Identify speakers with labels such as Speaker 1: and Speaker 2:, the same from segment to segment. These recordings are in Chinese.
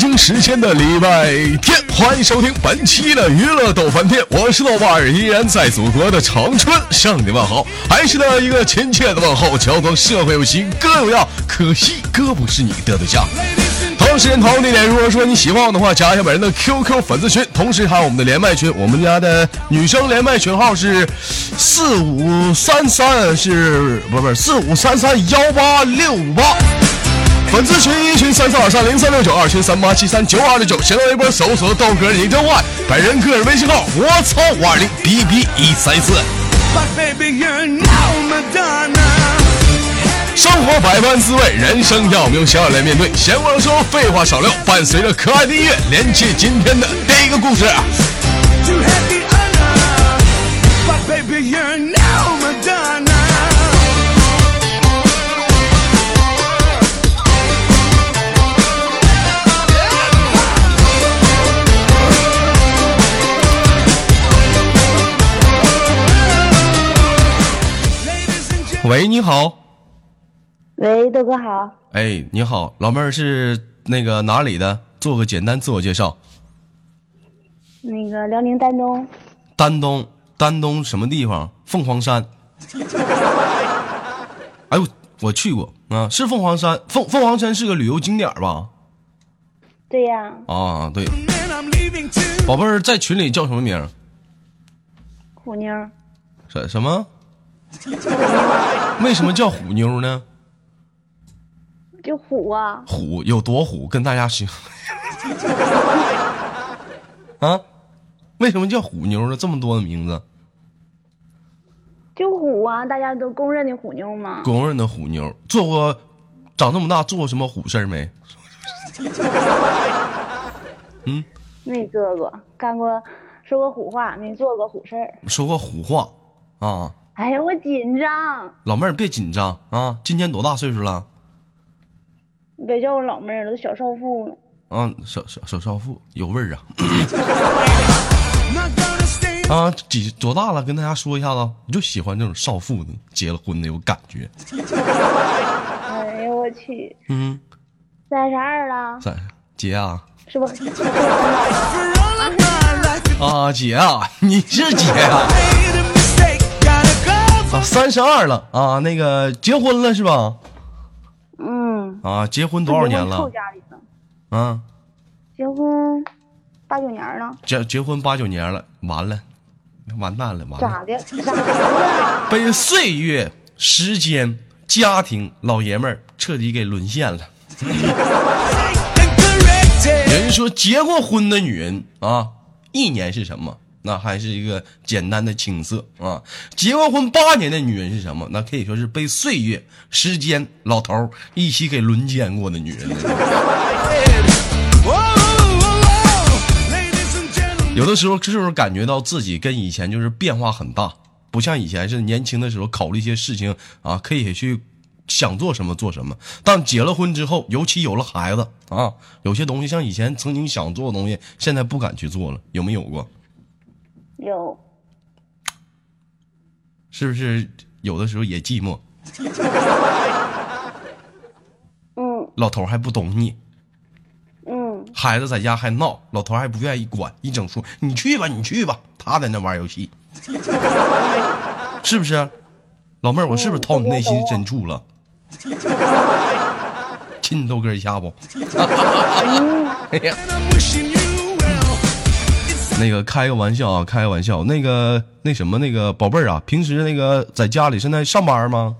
Speaker 1: 同时间的礼拜天，欢迎收听本期的娱乐逗翻天，我是豆瓣儿，依然在祖国的长春向你问好，还是那一个亲切的问候，乔装社会有型，哥有样，可惜哥不是你的对象。同时间同地点，如果说你喜欢我的话，加一下本人的 QQ 粉丝群，同时还有我们的连麦群，我们家的女生连麦群号是四五三三，是不不四五三三幺八六五八。粉丝群一群三四二三零三六九，二群三八七三九二六九，新浪微博搜索豆哥你真坏，本人个人微信号我操五二零 b b 一三四。
Speaker 2: But baby, you're now Madonna.
Speaker 1: 生活百般滋味，人生要我们用笑来面对。闲话少说，废话少聊，伴随着可爱的音乐，连接今天的第一个故事。啊
Speaker 2: You had the honor. But baby, you're now Madonna.
Speaker 1: 喂，你好，
Speaker 3: 喂，豆哥好，
Speaker 1: 哎，你好，老妹儿是那个哪里的？做个简单自我介绍。
Speaker 3: 那个辽宁丹东，
Speaker 1: 丹东，丹东什么地方？凤凰山。 哎呦，我去过啊，是凤凰山。凤凤凰山是个旅游景点儿吧？
Speaker 3: 对呀、
Speaker 1: 啊，对，
Speaker 2: Man, I'm leaving too.
Speaker 1: 宝贝儿在群里叫什么名儿？
Speaker 3: 虎妞儿，
Speaker 1: 什什么？ 为什么叫虎妞呢？
Speaker 3: 就虎啊，
Speaker 1: 虎有多虎？跟大家形 啊？为什么叫虎妞呢？这么多的名字，
Speaker 3: 就虎啊，大家都公认的虎妞嘛。
Speaker 1: 公认的虎妞，做过长这么大做过什么虎事儿没？
Speaker 3: 没做过，干过，说过虎话，没做过虎事儿。
Speaker 1: 说过虎话啊？
Speaker 3: 哎呀，我紧张，
Speaker 1: 老妹儿别紧张啊！今年多大岁数了？
Speaker 3: 你别叫我老妹儿了，都小少妇了。
Speaker 1: 啊，小小小少妇有味儿啊！
Speaker 2: Not gonna stay.
Speaker 1: 啊，几多大了？跟大家说一下子，你就喜欢这种少妇的，结了婚的有感觉。
Speaker 3: 哎呀，我去，
Speaker 1: 嗯，
Speaker 3: 三十二了，
Speaker 1: 在姐啊
Speaker 3: 是不？是不
Speaker 2: For all of my life, you
Speaker 1: 啊姐啊，你是姐啊
Speaker 2: made a mistake. Gotta go.
Speaker 1: 啊，三十二了啊，那个结婚了是吧？
Speaker 3: 嗯，
Speaker 1: 啊，结婚多少年
Speaker 3: 凑
Speaker 1: 了？
Speaker 3: 家里了，
Speaker 1: 啊，
Speaker 3: 结婚八九年了，
Speaker 1: 结结婚八九年了，完了，完蛋了，完了，
Speaker 3: 咋的？咋的？
Speaker 1: 被岁月、时间、家庭、老爷们儿彻底给沦陷了。
Speaker 2: And correct it.
Speaker 1: 人说结过婚的女人啊，一年是什么？那还是一个简单的青涩啊。结过婚八年的女人是什么？那可以说是被岁月、时间、老头儿一起给轮奸过的女人。
Speaker 2: Whoa, whoa, whoa. Oh, Ladies and gentlemen,
Speaker 1: 有的时候是不是感觉到自己跟以前就是变化很大，不像以前是年轻的时候考虑一些事情啊，可以去想做什么做什么。但结了婚之后，尤其有了孩子啊，有些东西像以前曾经想做的东西，现在不敢去做了，有没有过？
Speaker 3: 有，
Speaker 1: 是不是有的时候也寂寞？
Speaker 3: 嗯
Speaker 1: 老头儿还不懂你，
Speaker 3: 嗯，
Speaker 1: 孩子在家还闹，老头儿还不愿意管，一整说你去吧，你去吧，他在那玩游 戏，是不是？老妹儿，嗯我是不是掏你内心深处了？ 亲你豆哥一下不？
Speaker 2: and I'm wishing you well.
Speaker 1: 那个开个玩笑啊，开个玩笑。那个那什么，那个宝贝儿啊，平时那个在家里现在上班吗？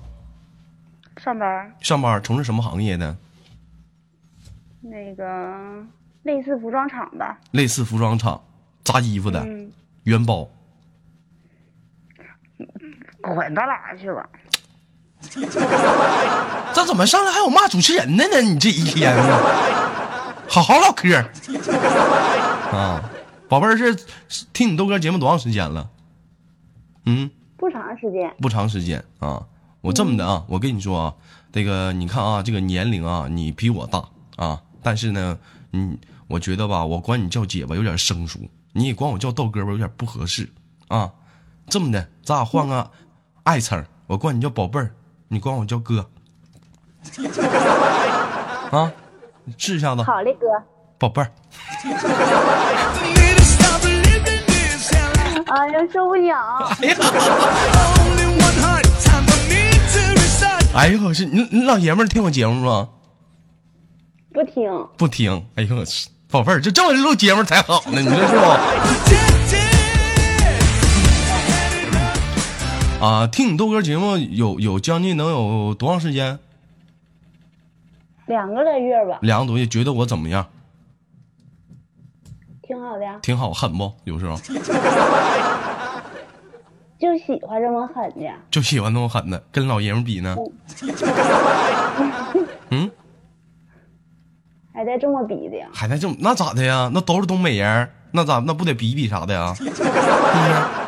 Speaker 3: 上班儿
Speaker 1: 上班，从事什么行业呢？
Speaker 3: 那个类似服装厂吧，
Speaker 1: 类似服装厂，扎衣服的，
Speaker 3: 嗯，
Speaker 1: 元包。
Speaker 3: 滚到哪儿去吧？
Speaker 1: 这怎么上来还有骂主持人的呢？你这一天呢， 好好唠嗑儿啊，宝贝儿是是听你豆哥节目多长时间了？嗯，
Speaker 3: 不长时间，
Speaker 1: 不长时间啊。我这么的啊，我跟你说啊，这个你看啊，这个年龄啊，你比我大啊，但是呢，嗯，我觉得吧，我管你叫姐吧有点生疏，你也管我叫豆哥吧有点不合适啊。这么的，咱俩换个爱称儿，我管你叫宝贝儿，你管我叫哥。啊，试一下子，
Speaker 3: 好嘞，哥，
Speaker 1: 宝贝儿。
Speaker 3: 哎呀，受不了！
Speaker 1: 哎呀，哎呦我去，你你老爷们儿听我节目吗？
Speaker 3: 不听，
Speaker 1: 不听。哎呦我去，宝贝儿，就这么录节目才好呢，你说是不？啊，听你豆哥节目有有将近能有多长时间？
Speaker 3: 两个来月吧，
Speaker 1: 两个多月，觉得我怎么样？
Speaker 3: 挺好的呀，
Speaker 1: 挺好，狠不？有时候
Speaker 3: 就喜欢这么狠的。
Speaker 1: 就喜欢那么狠的，跟老爷们儿比呢。嗯，
Speaker 3: 还带这么比的呀？
Speaker 1: 还在这么那咋的呀？那都是东北人儿，那咋那不得比一比啥的呀？是 不是？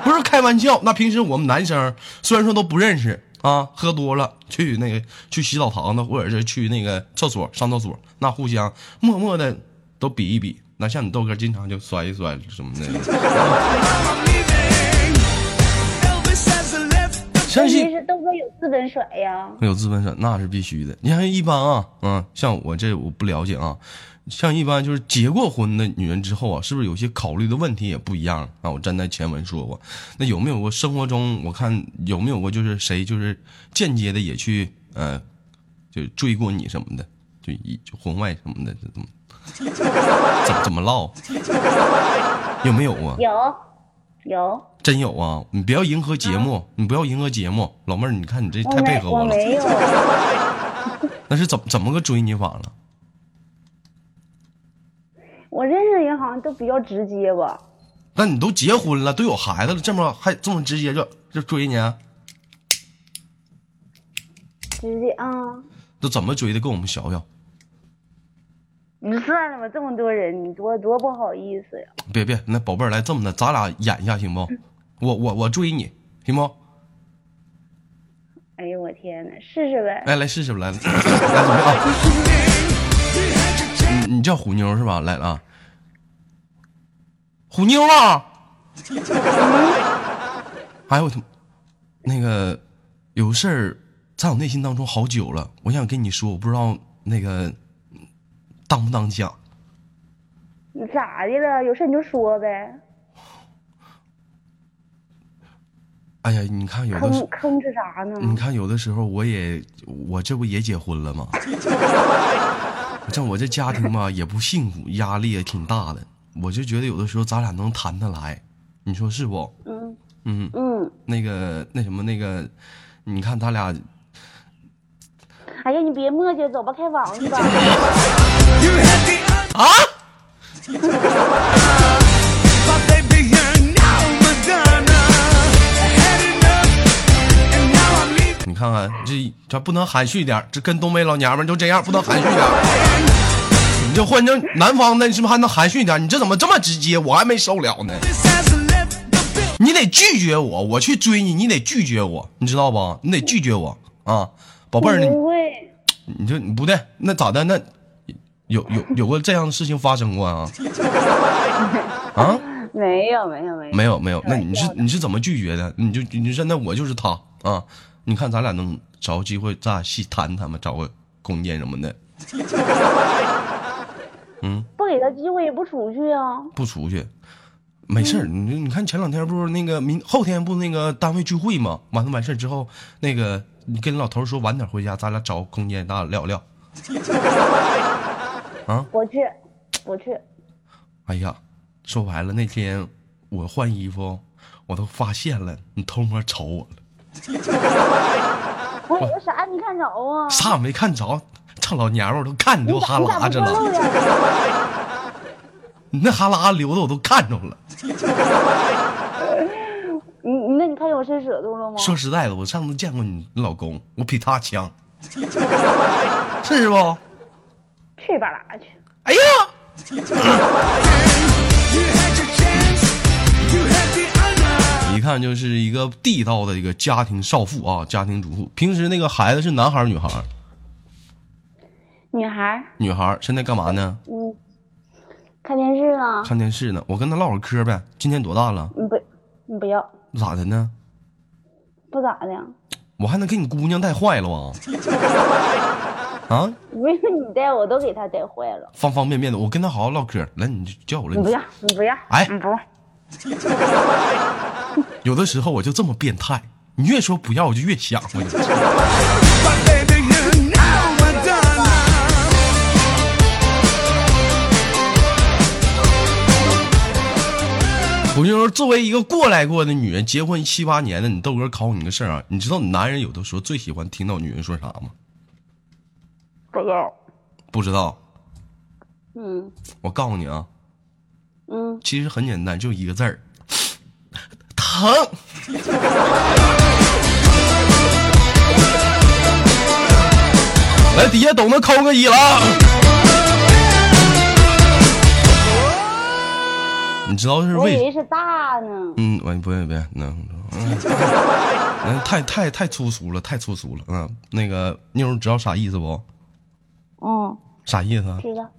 Speaker 1: 不是开玩笑。那平时我们男生虽然说都不认识啊，喝多了去那个去洗澡堂子，或者是去那个厕所上厕所，那互相默默的都比一比。那像你豆哥经常就摔一摔什么的，相
Speaker 3: 问题
Speaker 1: 信
Speaker 3: 是豆哥有资本甩呀，
Speaker 1: 有资本者那是必须的。你看一般啊，嗯，像我这我不了解啊，像一般就是结过婚的女人之后啊，是不是有些考虑的问题也不一样啊？我站在前文说过，那有没有过生活中，我看有没有过就是谁就是间接的也去呃，就追过你什么的，就一就婚外什么的，这怎么怎么怎么唠？有没有啊？
Speaker 3: 有，有，
Speaker 1: 真有啊！你不要迎合节目，你不要迎合节目，老妹儿，你看你这
Speaker 3: 嗯我
Speaker 1: 太配
Speaker 3: 没
Speaker 1: 合
Speaker 3: 我
Speaker 1: 了。
Speaker 3: 没有，
Speaker 1: 那是怎么怎么个追你法了？
Speaker 3: 我认识的人好像都比较直接吧。
Speaker 1: 那你都结婚了，都有孩子了，这么还这么直接就就追你、啊
Speaker 3: 直接啊！
Speaker 1: 都怎么追的？跟我们学学。
Speaker 3: 你算了吧，这么多人，你多多不好意思呀。
Speaker 1: 别别，那宝贝儿来这么的，咱俩演一下行不？我我我追你行不？
Speaker 3: 哎呦我天哪，试试呗。
Speaker 1: 来来试试吧，来来准备啊！你你叫虎妞是吧？来了啊，虎妞啊！哎呦我他妈，那个有事儿在我内心当中好久了，我想跟你说，我不知道那个当不当讲。
Speaker 3: 你咋的了？有事你就说呗。
Speaker 1: 哎呀，你看有的嗯时
Speaker 3: 吭吭哧啥呢？
Speaker 1: 你看有的时候我也我这不也结婚了吗？ 我这我这家庭吧也不幸福，压力也挺大的。我就觉得有的时候咱俩能谈得来，你说是不？
Speaker 3: 嗯
Speaker 1: 嗯，
Speaker 3: 嗯。
Speaker 1: 那个那什么那个，你看咱俩
Speaker 3: 哎呀，你别磨叽，走吧，开房去吧。
Speaker 1: 啊，你看看这咱不能含蓄点儿，这跟东北老娘们儿就这样，不能含蓄点儿。你就换成南方的，你是不是还能含蓄点儿？你这怎么这么直接？我还没受了呢。你得拒绝我，我去追你，你得拒绝我，你知道吧？你得拒绝我啊，宝贝儿，
Speaker 3: 不
Speaker 1: 你
Speaker 3: 会，
Speaker 1: 你就你不对，那咋的？那有有有过这样的事情发生过啊？啊，
Speaker 3: 没有没有没有
Speaker 1: 没有没有，那
Speaker 3: 开玩
Speaker 1: 你
Speaker 3: 笑
Speaker 1: 是
Speaker 3: 的
Speaker 1: 你是怎么拒绝的？你就你说那我就是他啊？你看咱俩能找个机会，咱俩细谈谈吧，找个空间什么的，
Speaker 3: 不给他机会也不出去啊。
Speaker 1: 不出去。没事儿，你你看前两天不是那个明后天不那个单位聚会吗？完了完事儿之后，那个你跟老头儿说晚点回家，咱俩找个空间，咱俩聊聊。
Speaker 3: 我去，我去，
Speaker 1: 哎呀，说白了，那天我换衣服，我都发现了你偷摸瞅我了，
Speaker 3: 我有啥没看着 啊？
Speaker 1: 啥也没看着，操老娘们儿，我都看你流
Speaker 3: 你咋
Speaker 1: 哈
Speaker 3: 你咋
Speaker 1: 喇
Speaker 3: 不啊
Speaker 1: 子
Speaker 3: 说漏
Speaker 1: 了，
Speaker 3: 呀？
Speaker 1: 你那哈喇流的我都看着了。
Speaker 3: 你你那你看见我伸舌头了吗？
Speaker 1: 说实在的，我上次见过你老公，我比他强，是不？
Speaker 3: 去吧啦去！
Speaker 1: 哎呀，一看就是一个地道的一个家庭少妇啊，家庭主妇。平时那个孩子是男孩儿女孩儿？
Speaker 3: 女孩儿，
Speaker 1: 女孩儿现在干嘛呢？
Speaker 3: 嗯，看电视呢。
Speaker 1: 看电视呢。我跟他唠会儿嗑呗。今年多大了？
Speaker 3: 你不，你不要，
Speaker 1: 咋的呢？
Speaker 3: 不咋的。
Speaker 1: 我还能给你姑娘带坏了吧？啊，
Speaker 3: 不是你带我都给他带坏了。
Speaker 1: 方方面面的，我跟他好好唠嗑。来，你就叫我了。
Speaker 3: 你不要，你不要，
Speaker 1: 哎
Speaker 3: 你不要，
Speaker 1: 有的时候我就这么变态，你越说不要，我就 越想。我跟你说
Speaker 2: But baby, you're now Madonna.
Speaker 1: 我跟你说，作为一个过来过的女人，结婚七八年的，你豆哥考你个事儿啊，你知道男人有的时候最喜欢听到女人说啥吗？
Speaker 3: 不要。
Speaker 1: 不知道，
Speaker 3: 嗯
Speaker 1: 我告诉你啊，
Speaker 3: 嗯，
Speaker 1: 其实很简单，就一个字儿， 疼。来，底下懂的扣个一了啊。你知道是
Speaker 3: 我以
Speaker 1: 为
Speaker 3: 为是大呢。
Speaker 1: 嗯，我不不不，能，嗯，嗯 太太太粗俗了，太粗俗了，嗯，那个妞儿知道啥意思不？
Speaker 3: 嗯，
Speaker 1: 啥意思啊？
Speaker 3: 知道。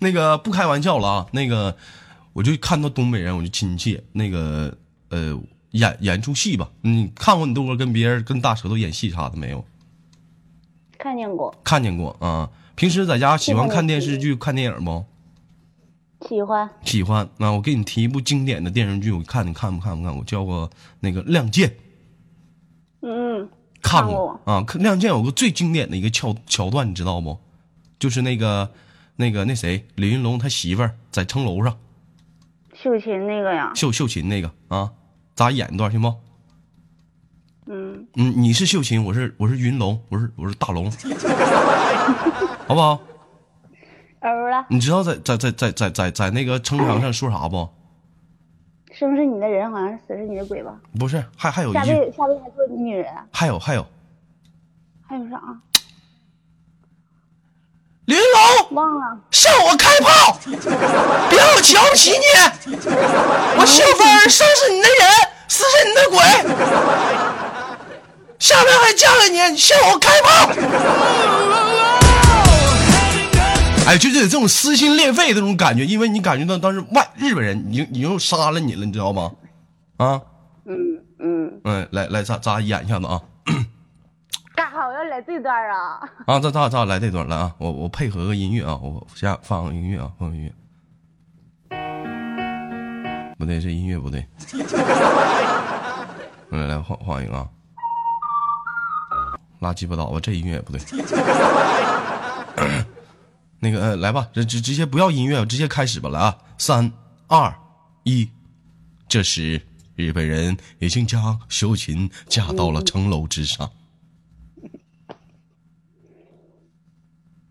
Speaker 1: 那个不开玩笑了啊，那个我就看到东北人我就亲切，那个呃演演出戏吧，你看过你豆哥跟别人跟大舌头演戏啥的没有？
Speaker 3: 看见过，
Speaker 1: 看见过啊？平时在家喜欢
Speaker 3: 这个我
Speaker 1: 看电视
Speaker 3: 记
Speaker 1: 剧、看电影不？
Speaker 3: 喜欢。
Speaker 1: 喜欢。那我给你提一部经典的电视剧，我看你看不看不看过？叫过那个《亮剑》。
Speaker 3: 嗯，
Speaker 1: 看
Speaker 3: 看
Speaker 1: 过
Speaker 3: 过
Speaker 1: 啊，看《亮剑》有个最经典的一个桥桥段，你知道不？就是那个那个那谁，李云龙他媳妇儿在城楼上
Speaker 3: 秀琴那个呀。
Speaker 1: 秀秀琴那个啊，咱演一段行不？
Speaker 3: 嗯，
Speaker 1: 嗯，你是秀琴，我是我是云龙，我是我是大龙， 好不好？
Speaker 3: 欧了，
Speaker 1: 你知道在在在在在在在那个城墙上说啥不？
Speaker 3: 生是你的人，好像是死是你的鬼吧？
Speaker 1: 不是，还还有一
Speaker 3: 下
Speaker 1: 句，
Speaker 3: 辈下辈子还做你女人啊？
Speaker 1: 还有还有，
Speaker 3: 还有啥？啊
Speaker 1: 李云龙
Speaker 3: 忘了。
Speaker 1: 向我开炮，别让我瞧不起你，我秀芬儿生是你的人，死是你的鬼，下面还嫁给你，你向我开炮。哎，就就有这种撕心裂肺的这种感觉，因为你感觉到当时外日本人已经已经杀了你了，你知道吗？啊，
Speaker 3: 嗯嗯，
Speaker 1: 嗯，来来，咱咱演一下子啊
Speaker 3: 干啥？我要来这段啊？
Speaker 1: 啊，咱咱咱来这段来啊，我我配合个音乐啊，我下放个音乐啊，放个音乐。不对，这音乐不对。 来来换换一个啊，拉鸡巴倒吧，这音乐也不对。 那个呃，来吧，直直直接不要音乐，直接开始吧，来啊，三二一。这时，日本人已经将秀琴架到了城楼之上。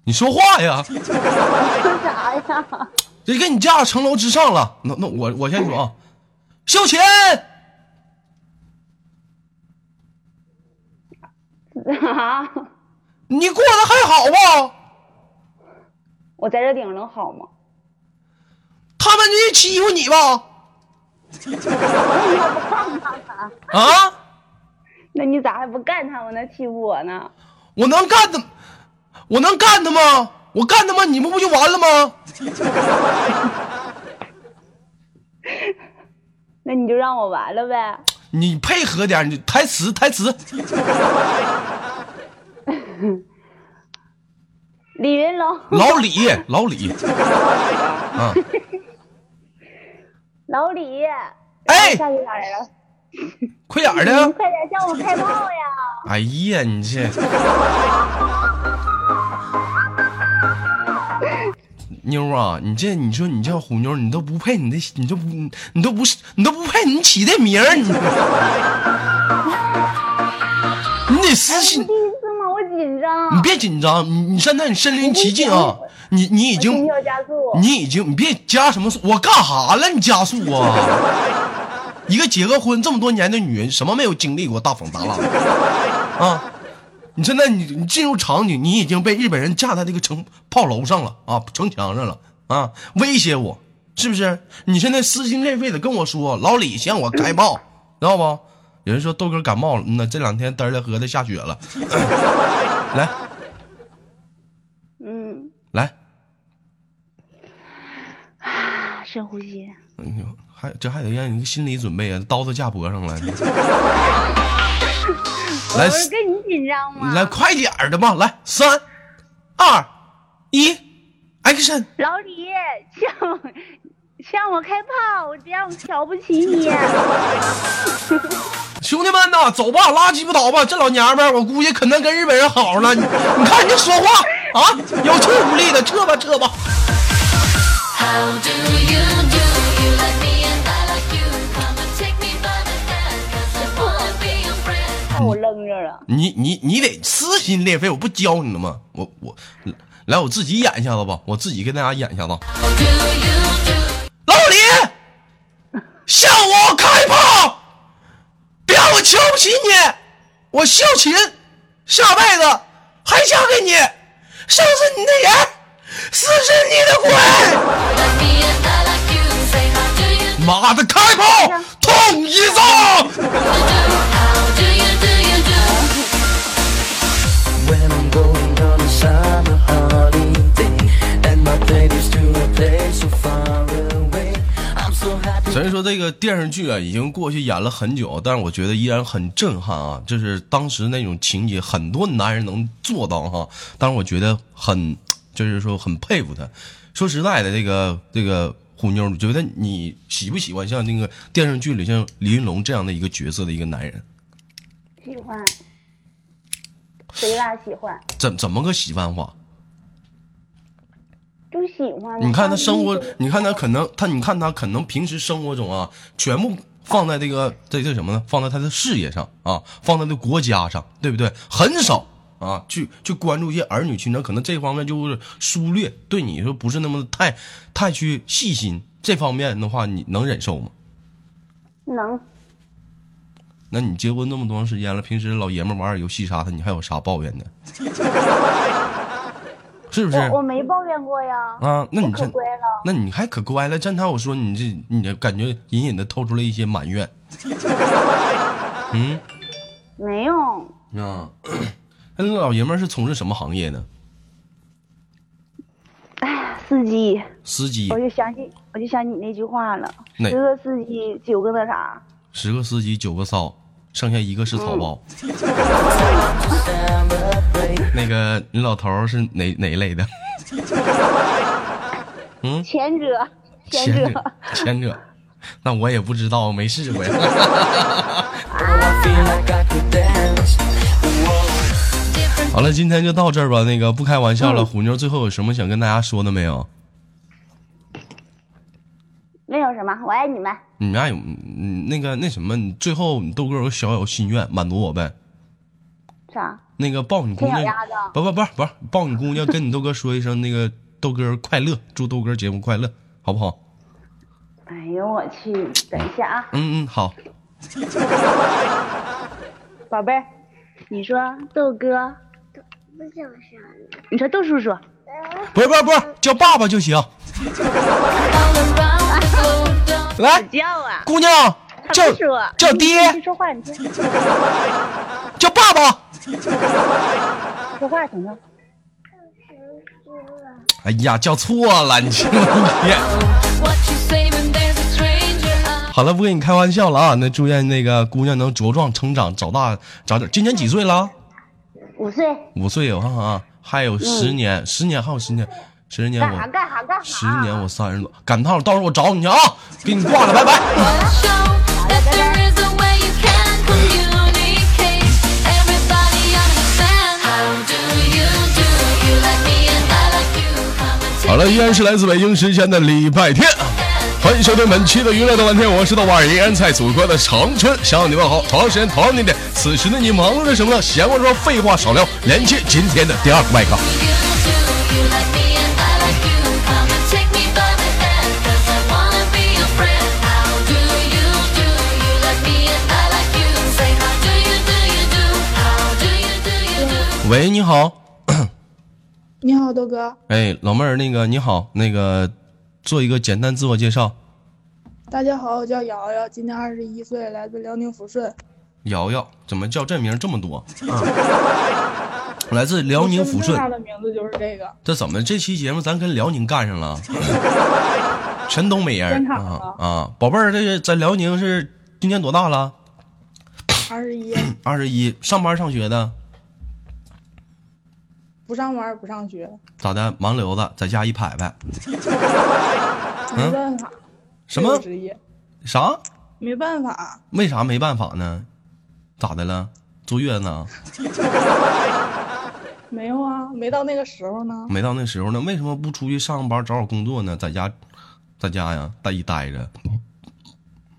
Speaker 1: 你说话呀！
Speaker 3: 说 啥呀？
Speaker 1: 这给你架城楼之上了。那那我我先说啊，秀琴，
Speaker 3: 啊？
Speaker 1: 你过得还好不？
Speaker 3: 我在这顶上能好吗？
Speaker 1: 他们这欺负你吧？
Speaker 3: 那你咋不干他们？
Speaker 1: 啊，
Speaker 3: 那你咋还不干他们呢？欺负我呢？
Speaker 1: 我能干他，我能干他吗？我干他吗？你们不就完了吗？
Speaker 3: 那你就让我完了呗。
Speaker 1: 你配合点，你台词台词，
Speaker 3: 李云龙，
Speaker 1: 老李老李，啊，
Speaker 3: 老李，
Speaker 1: 哎，
Speaker 3: 下去咋来了？
Speaker 1: 快点儿
Speaker 3: 你们
Speaker 1: 的，
Speaker 3: 快点向我开炮呀！
Speaker 1: 哎呀，你这，妞儿啊，你这你说你叫虎妞儿，你都不配你的，你都不你都不是你都不配你起这名儿，你，你得私
Speaker 3: 我
Speaker 1: 信。
Speaker 3: 第一次嘛，我紧张，
Speaker 1: 你别紧张，你你现在你身临其境啊！你你已
Speaker 3: 我
Speaker 1: 经
Speaker 3: 心跳加速。
Speaker 1: 你已经你别加什么速，我干啥了？你加速啊！ 一个结个婚这么多年的女人，什么没有经历过？大风大浪啊！你现在你你进入场景，你已经被日本人架在这个城炮楼上了啊，城墙上了啊，威胁我是不是？你现在撕心裂肺的跟我说，老李向我开炮，知道不？有人说豆哥感冒了，嗯呐，这两天嘚儿了喝的下雪了， 来
Speaker 3: 嗯，
Speaker 1: 来，
Speaker 3: 啊深呼吸。
Speaker 1: 哎呦 还这还得让你一个心理准备啊，刀子架脖上了。来
Speaker 3: 我，是跟你紧张吗？
Speaker 1: 来快点儿的吧，来三二一，action！
Speaker 3: 老李向我向我开炮，这样我瞧不起 你。
Speaker 1: 兄弟们呐，走吧，拉鸡巴倒吧！这老娘们儿，我估计可能跟日本人好上了。你你看你这说话啊，有气无力的，撤吧撤吧！
Speaker 4: How do you do? You like me and I like you. Come and take me by the hand, 'cause I wanna be your friend.
Speaker 3: 把我扔这了，
Speaker 1: 你你你得撕心裂肺，我不教你了吗？我我来，我自己演一下子吧，我自己跟大家演一下子。
Speaker 4: How do you do?
Speaker 1: 老李，向我开炮！别让我瞧不起你，我孝秦，下辈子还嫁给你，上是你的人，死是你的鬼！
Speaker 4: Like me and I like you. Say how do you
Speaker 1: 妈的，开炮，捅一刀！
Speaker 4: do? How do you do? You do?
Speaker 5: When I'm going on a summer holiday And my plane is to a place so far away I'm so happy
Speaker 1: 虽然说这个电视剧啊已经过去演了很久，但是我觉得依然很震撼啊！就是当时那种情节，很多男人能做到哈。但是我觉得很，就是说很佩服他。说实在的，这个这个虎妞，你觉得你喜不喜欢像那个电视剧里像李云龙这样的一个角色的一个男人？
Speaker 3: 喜欢，贼拉喜欢，
Speaker 1: 怎怎么个喜欢法？
Speaker 3: 就喜欢。
Speaker 1: 你看他生活
Speaker 3: 我，
Speaker 1: 你看他可能他，你看他可能平时生活中啊，全部放在这个这这什么呢？放在他的事业上啊，放在他的国家上，对不对？很少啊，去去关注一些儿女情长，可能这方面就是疏略，对你说不是那么太太去细心这方面的话，你能忍受吗？
Speaker 3: 能
Speaker 1: 那你结婚那么多长时间了，平时老爷们玩玩游戏啥的，你还有啥抱怨的？ 是不是？
Speaker 3: 我我没抱怨过呀。
Speaker 1: 啊，那你
Speaker 3: 我可
Speaker 1: 真
Speaker 3: 乖了，
Speaker 1: 那你还可乖了。真他我说你这，你这感觉隐隐的透出了一些埋怨。嗯
Speaker 3: 没有，
Speaker 1: 啊， 那老爷们儿是从事什么行业呢？
Speaker 3: 司机，
Speaker 1: 司机
Speaker 3: 我，就想起我就想起你那句话了，
Speaker 1: 哪
Speaker 3: 十个司机九个那啥，
Speaker 1: 十个司机九个骚，剩下一个是
Speaker 3: 嗯
Speaker 1: 草包。 那个，你老头儿是哪哪类的？
Speaker 3: 前者
Speaker 1: 嗯前
Speaker 3: 前者
Speaker 1: 者，前者。那我也不知道，没试过呀。
Speaker 5: I feel like I could dance
Speaker 1: 好了，今天就到这儿吧。那个不开玩笑了，虎妞最后有什么想跟大家说的没有？
Speaker 3: 没有什么，我爱你们。
Speaker 1: 你爱嗯那个那什么，你最后你豆哥有个小小心愿，满足我呗。
Speaker 3: 啥？
Speaker 1: 那个抱你姑
Speaker 3: 小
Speaker 1: 娘
Speaker 3: 鸭子，
Speaker 1: 不不不不是，抱你姑娘，跟你豆哥说一声，那个豆哥快乐，祝豆哥节目快乐，好不好？
Speaker 3: 哎呦我去！等一下啊，
Speaker 1: 嗯嗯，好。
Speaker 3: 宝贝儿，你说豆哥，
Speaker 6: 不想说了。
Speaker 3: 你说豆叔叔，
Speaker 1: 不是不是不是，叫爸爸就行。
Speaker 4: All around the globe, don't
Speaker 1: 来，
Speaker 3: 叫啊，
Speaker 1: 姑娘
Speaker 3: 他
Speaker 1: 叫
Speaker 3: 不说，
Speaker 1: 叫
Speaker 3: 你
Speaker 1: 爹
Speaker 3: 你 你说话，你听，
Speaker 1: 叫爸爸。
Speaker 3: 说话行吗？
Speaker 1: 哎呀，叫错了，你这一天。
Speaker 4: what you say when there's a stranger. I
Speaker 1: 好了，不跟你开玩笑了啊。那祝愿那个姑娘能茁壮成长，早大早点。今年几岁了？
Speaker 3: 五岁，
Speaker 1: 五岁，我看看啊，还有十年，十年还有十年，十年
Speaker 3: 嗯干
Speaker 1: 我
Speaker 3: 啥干啊啥干啥？
Speaker 1: 十年我三十多，赶趟，到时候我找你去啊，给你挂了，拜拜。
Speaker 4: wanna show that there is a way you can communicate. Everybody understand. How do you do? You like me and I like you. Come and
Speaker 1: 好
Speaker 4: take
Speaker 1: 了，依然是来自北京时间的礼拜天，欢迎收听本期的娱乐大半天，我是豆瓣儿，依然在祖国的长春向你问好。同样时间，同样地点，此时的你忙碌着什么呢？闲话少说，废话少聊，连接今天的第二个麦克。
Speaker 4: you do. You like me and I like you. Come and take me by the hand, 'cause I wanna be your friend. How do you do? You like me and I like you. Say how do you do? You do. How do you do? You do.
Speaker 1: 喂，你好，
Speaker 7: 你好，豆哥，
Speaker 1: 哎，老妹儿，那个你好，那个做一个简单自我介绍。
Speaker 7: 大家好，我叫瑶瑶，今年二十一岁，来自辽宁抚顺。
Speaker 1: 瑶瑶，怎么叫这名儿这么多？来自辽宁抚顺
Speaker 7: 身份，证上的名字就是这个。
Speaker 1: 这怎么这期节目咱跟辽宁干上了？全东北人
Speaker 7: 专场
Speaker 1: 啊啊！宝贝儿，这个在辽宁是今年多大了？
Speaker 7: 二十一，
Speaker 1: 二十一，上班上学的，
Speaker 7: 不上班不上学，
Speaker 1: 咋的？盲流子在家一拍拍，
Speaker 7: 没办法，
Speaker 1: 啊什么
Speaker 7: 这个职业？
Speaker 1: 啥？
Speaker 7: 没办法，
Speaker 1: 为啥没办法呢？咋的了？坐月子呢？
Speaker 7: 没有啊，没到那个时候呢。
Speaker 1: 没到那时候呢？为什么不出去上班找找工作呢？在家，在家呀，待一待着，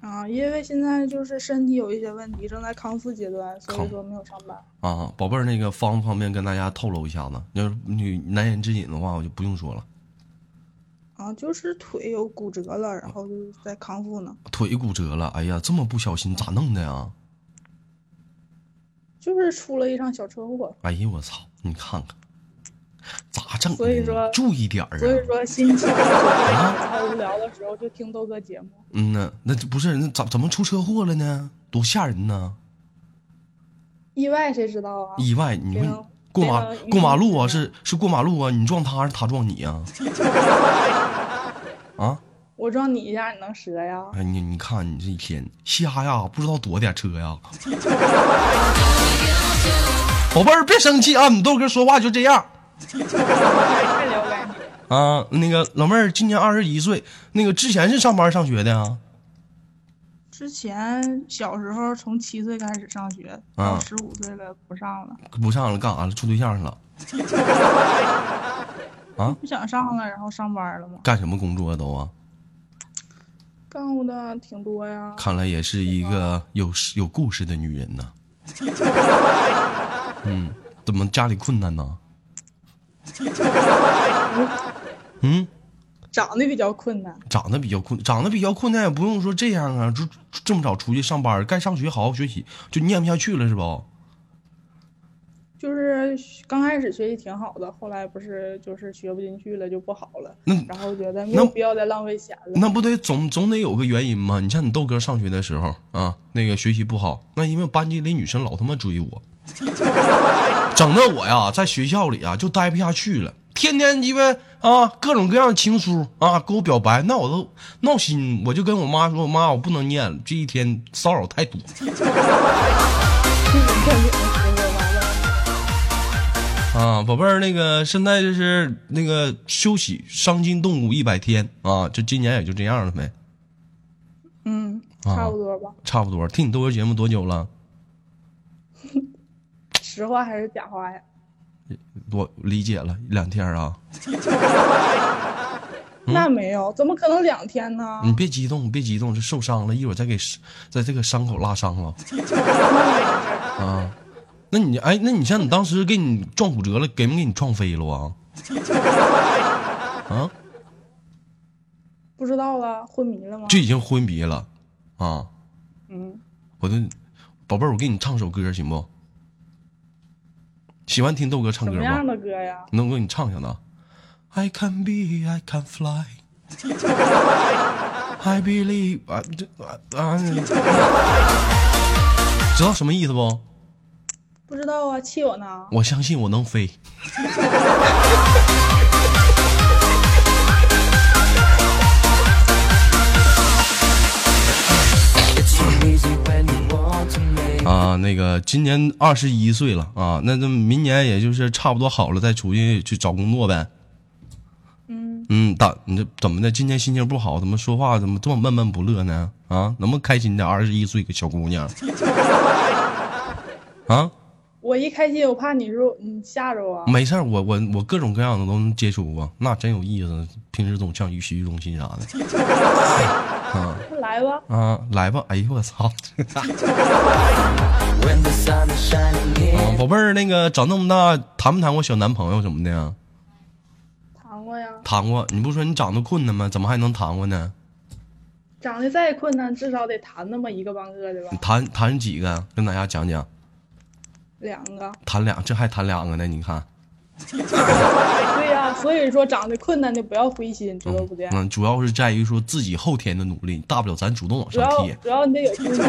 Speaker 7: 啊，因为现在就是身体有一些问题，正在康复阶段，所以说没有上班。
Speaker 1: 啊，宝贝儿，那个方不方便跟大家透露一下子？要是女难言之隐的话，我就不用说了。
Speaker 7: 啊，就是腿有骨折了，然后就是在康复呢。
Speaker 1: 腿骨折了，哎呀，这么不小心咋弄的呀？
Speaker 7: 就是出了一场小车祸，
Speaker 1: 哎呀，我操！你看看，咋整的呢？
Speaker 7: 所以说
Speaker 1: 注意点儿
Speaker 7: 所以
Speaker 1: 啊。
Speaker 7: 说心情 然后无聊的时候就听豆哥节目。
Speaker 1: 嗯呐，那这不是那咋怎么出车祸了呢？多吓人呢！
Speaker 7: 意外谁知道啊？
Speaker 1: 意外，你
Speaker 7: 这
Speaker 1: 们
Speaker 7: 个
Speaker 1: 过马
Speaker 7: 这个
Speaker 1: 过马路啊？
Speaker 7: 这
Speaker 1: 是是过马路啊？你撞他还是他撞你 啊？啊！
Speaker 7: 我撞你一下，你能折呀？
Speaker 1: 哎，你你看你这一天瞎呀，不知道躲点车 呀。宝贝儿，别生气啊！你豆哥说话就这样
Speaker 7: 太了解你了。
Speaker 1: 啊。那个老妹儿今年二十一岁，那个之前是上班上学的啊呀？
Speaker 7: 之前小时候从七岁开始上学，
Speaker 1: 啊
Speaker 7: 到十五岁了不上了，
Speaker 1: 不上了，干啥了？处对象去了？
Speaker 7: 不想上了，然后上班了嘛。
Speaker 1: 干什么工作啊都啊？
Speaker 7: 干过的挺多呀，
Speaker 1: 看来也是一个有事有故事的女人呢。 嗯，怎么家里困难呢？ 嗯，
Speaker 7: 长得比较困难。
Speaker 1: 长得比较困，长得比较困难，也不用说这样啊，就这么早出去上班，该上学好好学习，就念不下去了是不？
Speaker 7: 就是刚开始学习挺好的，后来不是就是学不进去了，就不好了。
Speaker 1: 那
Speaker 7: 然后觉得没
Speaker 1: 那
Speaker 7: 有必要再浪费钱了。
Speaker 1: 那不得总总得有个原因吗？你像你豆哥上学的时候啊，那个学习不好，那因为班级里女生老他妈追我，整的我呀在学校里啊就待不下去了，天天鸡巴啊各种各样的情书啊给我表白，那我都闹心，我就跟我妈说，妈我不能念了，这一天骚扰太多。啊，宝贝儿，那个现在就是那个休息伤筋动骨一百天啊，就今年也就这样了呗，
Speaker 7: 嗯，
Speaker 1: 啊
Speaker 7: 差不多吧。
Speaker 1: 差不多。听你豆哥节目多久了？
Speaker 7: 实话还是假话呀？
Speaker 1: 我理解了，两天啊，嗯
Speaker 7: 那没有，怎么可能两天呢？
Speaker 1: 你别激动，别激动，这受伤了，一会儿再给在这个伤口拉伤了。 啊，那你哎，那你像你当时给你撞骨折了，给没给你撞飞了啊？ 啊，
Speaker 7: 不知道了，昏迷了吗？
Speaker 1: 就已经昏迷了啊！
Speaker 7: 嗯，
Speaker 1: 我都，宝贝儿，我给你唱首歌行不？喜欢听豆哥唱
Speaker 7: 什
Speaker 1: 歌
Speaker 7: 么
Speaker 1: 吗？
Speaker 7: 样的歌呀？
Speaker 1: 能给你唱唱呢？I can be, I can fly. I believe 啊这啊啊！ 知道什么意思不？
Speaker 7: 不知道啊，气我呢？
Speaker 1: 我相信我能飞。
Speaker 8: It's so easy when you want to make
Speaker 1: 啊，那个今年二十一岁了啊，那那明年也就是差不多好了，再出去去找工作呗。嗯嗯，大你这怎么的？今年心情不好，怎么说话怎么这么闷闷不乐呢？啊，能不能开心点？二十一岁个小姑娘，啊，
Speaker 7: 我一开心，我怕你说你吓着我。
Speaker 1: 没事儿，我我我各种各样的都能接触过，那真有意思。平时总像洗浴中心啥的
Speaker 7: 来吧，
Speaker 1: 啊，来吧，哎呦我操！ 啊
Speaker 8: when the sun is shining in.
Speaker 1: 宝贝儿，那个长那么大，谈没谈过小男朋友什么的呀？
Speaker 7: 谈过呀。
Speaker 1: 谈过，你不说你长得困难吗？怎么还能谈过呢？
Speaker 7: 长得再困难，至少得谈那么一个半个的吧
Speaker 1: 你？谈谈几个？跟大家讲讲，
Speaker 7: 两个。
Speaker 1: 谈俩，这还谈两个呢？你看，
Speaker 7: 对呀、所以说长得困难的不要灰心，知道不知道？
Speaker 1: 嗯，主要是在于说自己后天的努力，大不了咱主动往
Speaker 7: 主
Speaker 1: 上
Speaker 7: 要
Speaker 1: 贴，
Speaker 7: 主要你得有自信。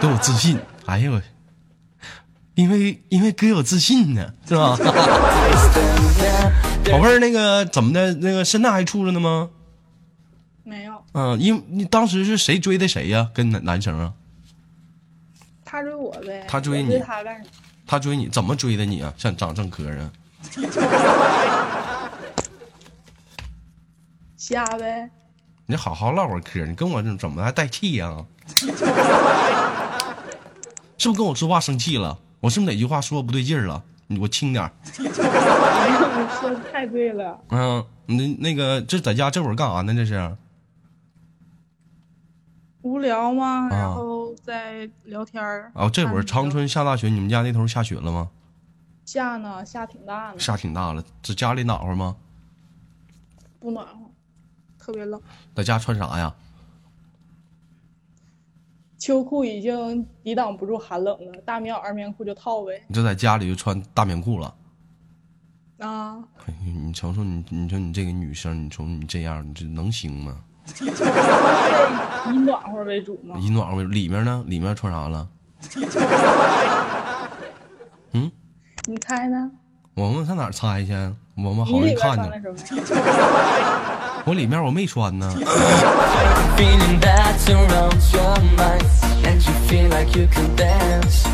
Speaker 1: 都有自信。哎呦我，因为因为哥有自信呢，是吧？ 宝贝儿，那个怎么的？那个现在还处着呢吗？
Speaker 7: 没有，
Speaker 1: 啊嗯、因你当时是谁追的谁呀、跟男男生啊？
Speaker 7: 他追我呗，
Speaker 1: 他追
Speaker 7: 我
Speaker 1: 你
Speaker 7: 他干啥？
Speaker 1: 他追你怎么追的你啊？像长正磕碜，
Speaker 7: 瞎呗，
Speaker 1: 你好好唠会儿嗑，你跟我这怎么还带气呀、 是不是跟我说话生气了？我是不是哪句话说不对劲儿了？你我轻点儿。
Speaker 7: 你说的太对了，
Speaker 1: 嗯，你那个这在家这会儿干啥呢？这是
Speaker 7: 无聊
Speaker 1: 啊
Speaker 7: 吗？然后再聊天儿。
Speaker 1: 啊，这会儿
Speaker 7: 看
Speaker 1: 长春下大雪，你们家那头下雪了吗？
Speaker 7: 下呢，下挺大呢，
Speaker 1: 下挺大了，在家里暖和吗？
Speaker 7: 不暖和，特别冷。
Speaker 1: 在家穿啥呀？
Speaker 7: 秋裤已经抵挡不住寒冷了，大棉袄、二棉裤就套呗。
Speaker 1: 你就在家里就穿大棉裤了。
Speaker 7: 啊，
Speaker 1: 哎你你瞅瞅你，你说你这个女生，你瞅你这样，你这能行吗？
Speaker 7: 以暖和为主嘛。
Speaker 1: 以暖和为主里面呢？里面穿啥了？
Speaker 7: 你猜呢？
Speaker 1: 嗯我们上哪儿猜去？我们
Speaker 7: 你
Speaker 1: 好
Speaker 7: 里
Speaker 1: 人
Speaker 7: 边
Speaker 1: 看
Speaker 7: 穿
Speaker 1: 见
Speaker 7: 的
Speaker 1: 了，
Speaker 7: 什么？
Speaker 1: 我里面我没穿呢。
Speaker 5: Feeling that surrounds your mind, and you feel like you can dance.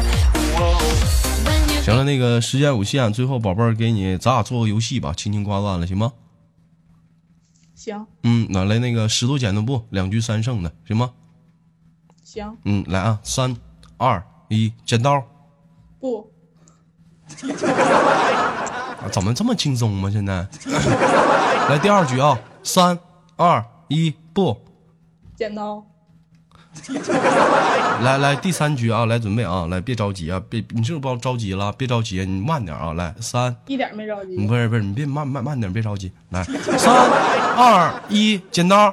Speaker 1: 行了，那个时间有限，最后宝贝儿给你，咱俩做个游戏吧，轻轻挂断了，行吗？
Speaker 7: 行
Speaker 1: 嗯，那来那个石头剪刀布，两局三胜的，行吗？
Speaker 7: 行，
Speaker 1: 嗯，来啊，三二一，剪刀、
Speaker 7: 不
Speaker 1: 啊怎么这么轻松吗？现在， 来第二局啊，三二一，不，
Speaker 7: 剪刀，
Speaker 1: 来来第三局啊，来准备啊，来别着急啊，别你是不是着急了？别着急，你慢点啊，来三
Speaker 7: 一点没着急。
Speaker 1: 不是不是，你别慢慢慢点，别着急。来，三二一，剪刀。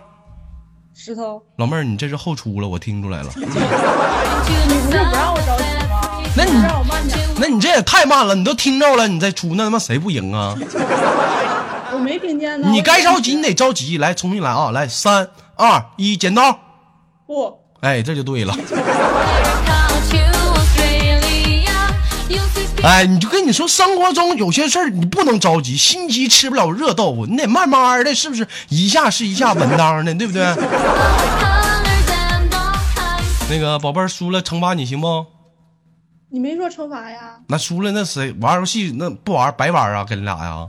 Speaker 7: 石头，
Speaker 1: 老妹儿，你这是后出了，我听出来了。
Speaker 7: 你不是不让我着急吗？
Speaker 1: 那你
Speaker 7: 让我慢点，
Speaker 1: 那你这也太慢了，你都听着了，你再出，那他妈谁不赢啊？
Speaker 7: 我没听见呢。
Speaker 1: 你
Speaker 7: 我
Speaker 1: 该
Speaker 7: 怎么
Speaker 1: 着急，你得着急。来，重新来啊！来，三二一，剪刀。
Speaker 7: 不，
Speaker 1: 哎，这就对了。
Speaker 9: Australia.
Speaker 1: 哎，你就跟你说，生活中有些事儿你不能着急，心急吃不了热豆腐，你得慢慢的，是不是？一下是一下稳当的，对不对？ 那个宝贝儿输了，惩罚你行不？
Speaker 7: 你没说惩罚呀？
Speaker 1: 那输了那谁玩游戏那不玩白玩啊？跟你俩呀？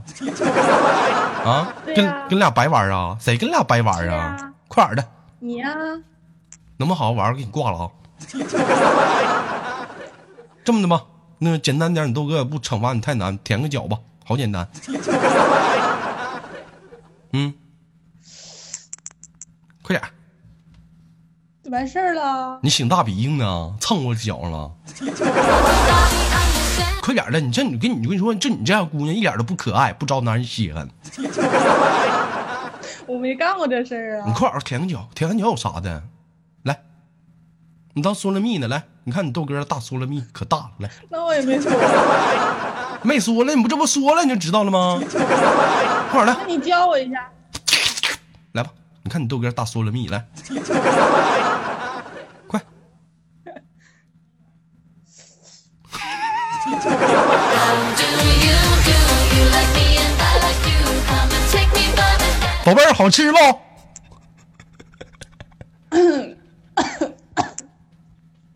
Speaker 1: 啊，
Speaker 7: 对
Speaker 1: 跟
Speaker 7: 呀
Speaker 1: 跟俩白玩啊？谁跟俩白玩
Speaker 7: 是
Speaker 1: 啊
Speaker 7: 呀？
Speaker 1: 快点儿的，
Speaker 7: 你呀、
Speaker 1: 能不能好好玩？我给你挂了啊！ 这么的吧，那简单点儿，你豆哥也不惩罚你太难，舔个脚吧，好简单。 嗯，快点儿，
Speaker 7: 完事儿了。
Speaker 1: 你醒大鼻音呢，蹭我脚上了。快点儿的，你这你跟你跟你说，就你这样姑娘一点都不可爱，不招男人稀罕。
Speaker 7: 我没干过这事儿
Speaker 1: 你
Speaker 7: 啊。
Speaker 1: 快点儿舔个脚，舔个脚有啥的？来，你当缩了蜜呢？来，你看你豆哥大缩了蜜可大了，来，
Speaker 7: 那我也没说。
Speaker 1: 没缩了，你不这不缩了你就知道了吗？快点儿来，
Speaker 7: 那你教我一下。
Speaker 1: 来吧，你看你豆哥大缩了蜜，来，快，宝贝儿好吃不？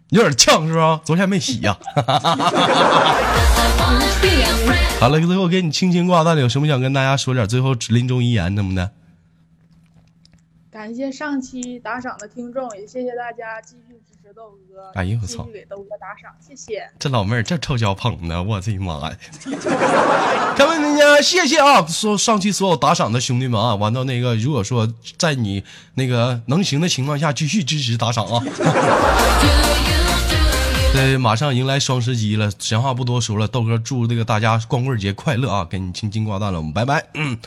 Speaker 1: 有点呛是吧？昨天没洗呀、 好了，最后给你轻轻挂断了，有什么想跟大家说点最后临终遗言什么的？
Speaker 7: 感谢上期打赏的听众，也谢谢大家继续支持豆哥。
Speaker 1: 哎呦我
Speaker 7: 继
Speaker 1: 操
Speaker 7: 续给豆哥打赏，谢谢。
Speaker 1: 这老妹儿这臭脚捧的，我的妈呀！咱们那个谢谢啊，说上期所有打赏的兄弟们啊，完到那个如果说在你那个能行的情况下，继续支持打赏啊。对，马上迎来双十一了，闲话不多说了，豆哥祝这个大家光棍节快乐啊！给你轻轻挂断了，我们拜拜。嗯。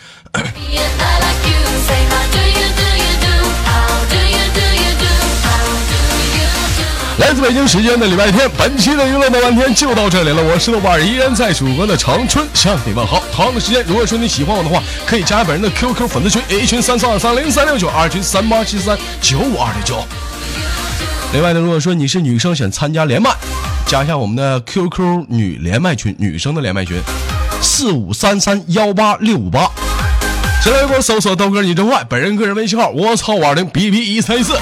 Speaker 4: 来自北京时间的礼拜天，本期的娱乐豆瓣天就到这里了。我是豆瓣儿，依然在祖国的长春向你问好。同样的时间，如果说你喜欢我的话，可以加本人的 QQ 粉丝群，A 群三三二三零三六九，二群三八七三九五二六九。另外呢，如果说你是女生想参加连麦，加一下我们的 QQ 女连麦群，女生的连麦群，四五三三幺八六五八。新浪微博搜索豆哥你真坏，本人个人微信号我操五二零 b b 一三一四。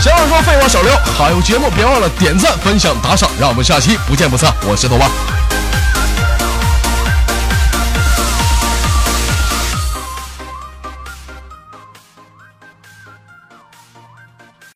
Speaker 1: 想想说废话少聊，还有节目别忘了点赞、分享、打赏，让我们下期不见不散。我是豆瓣。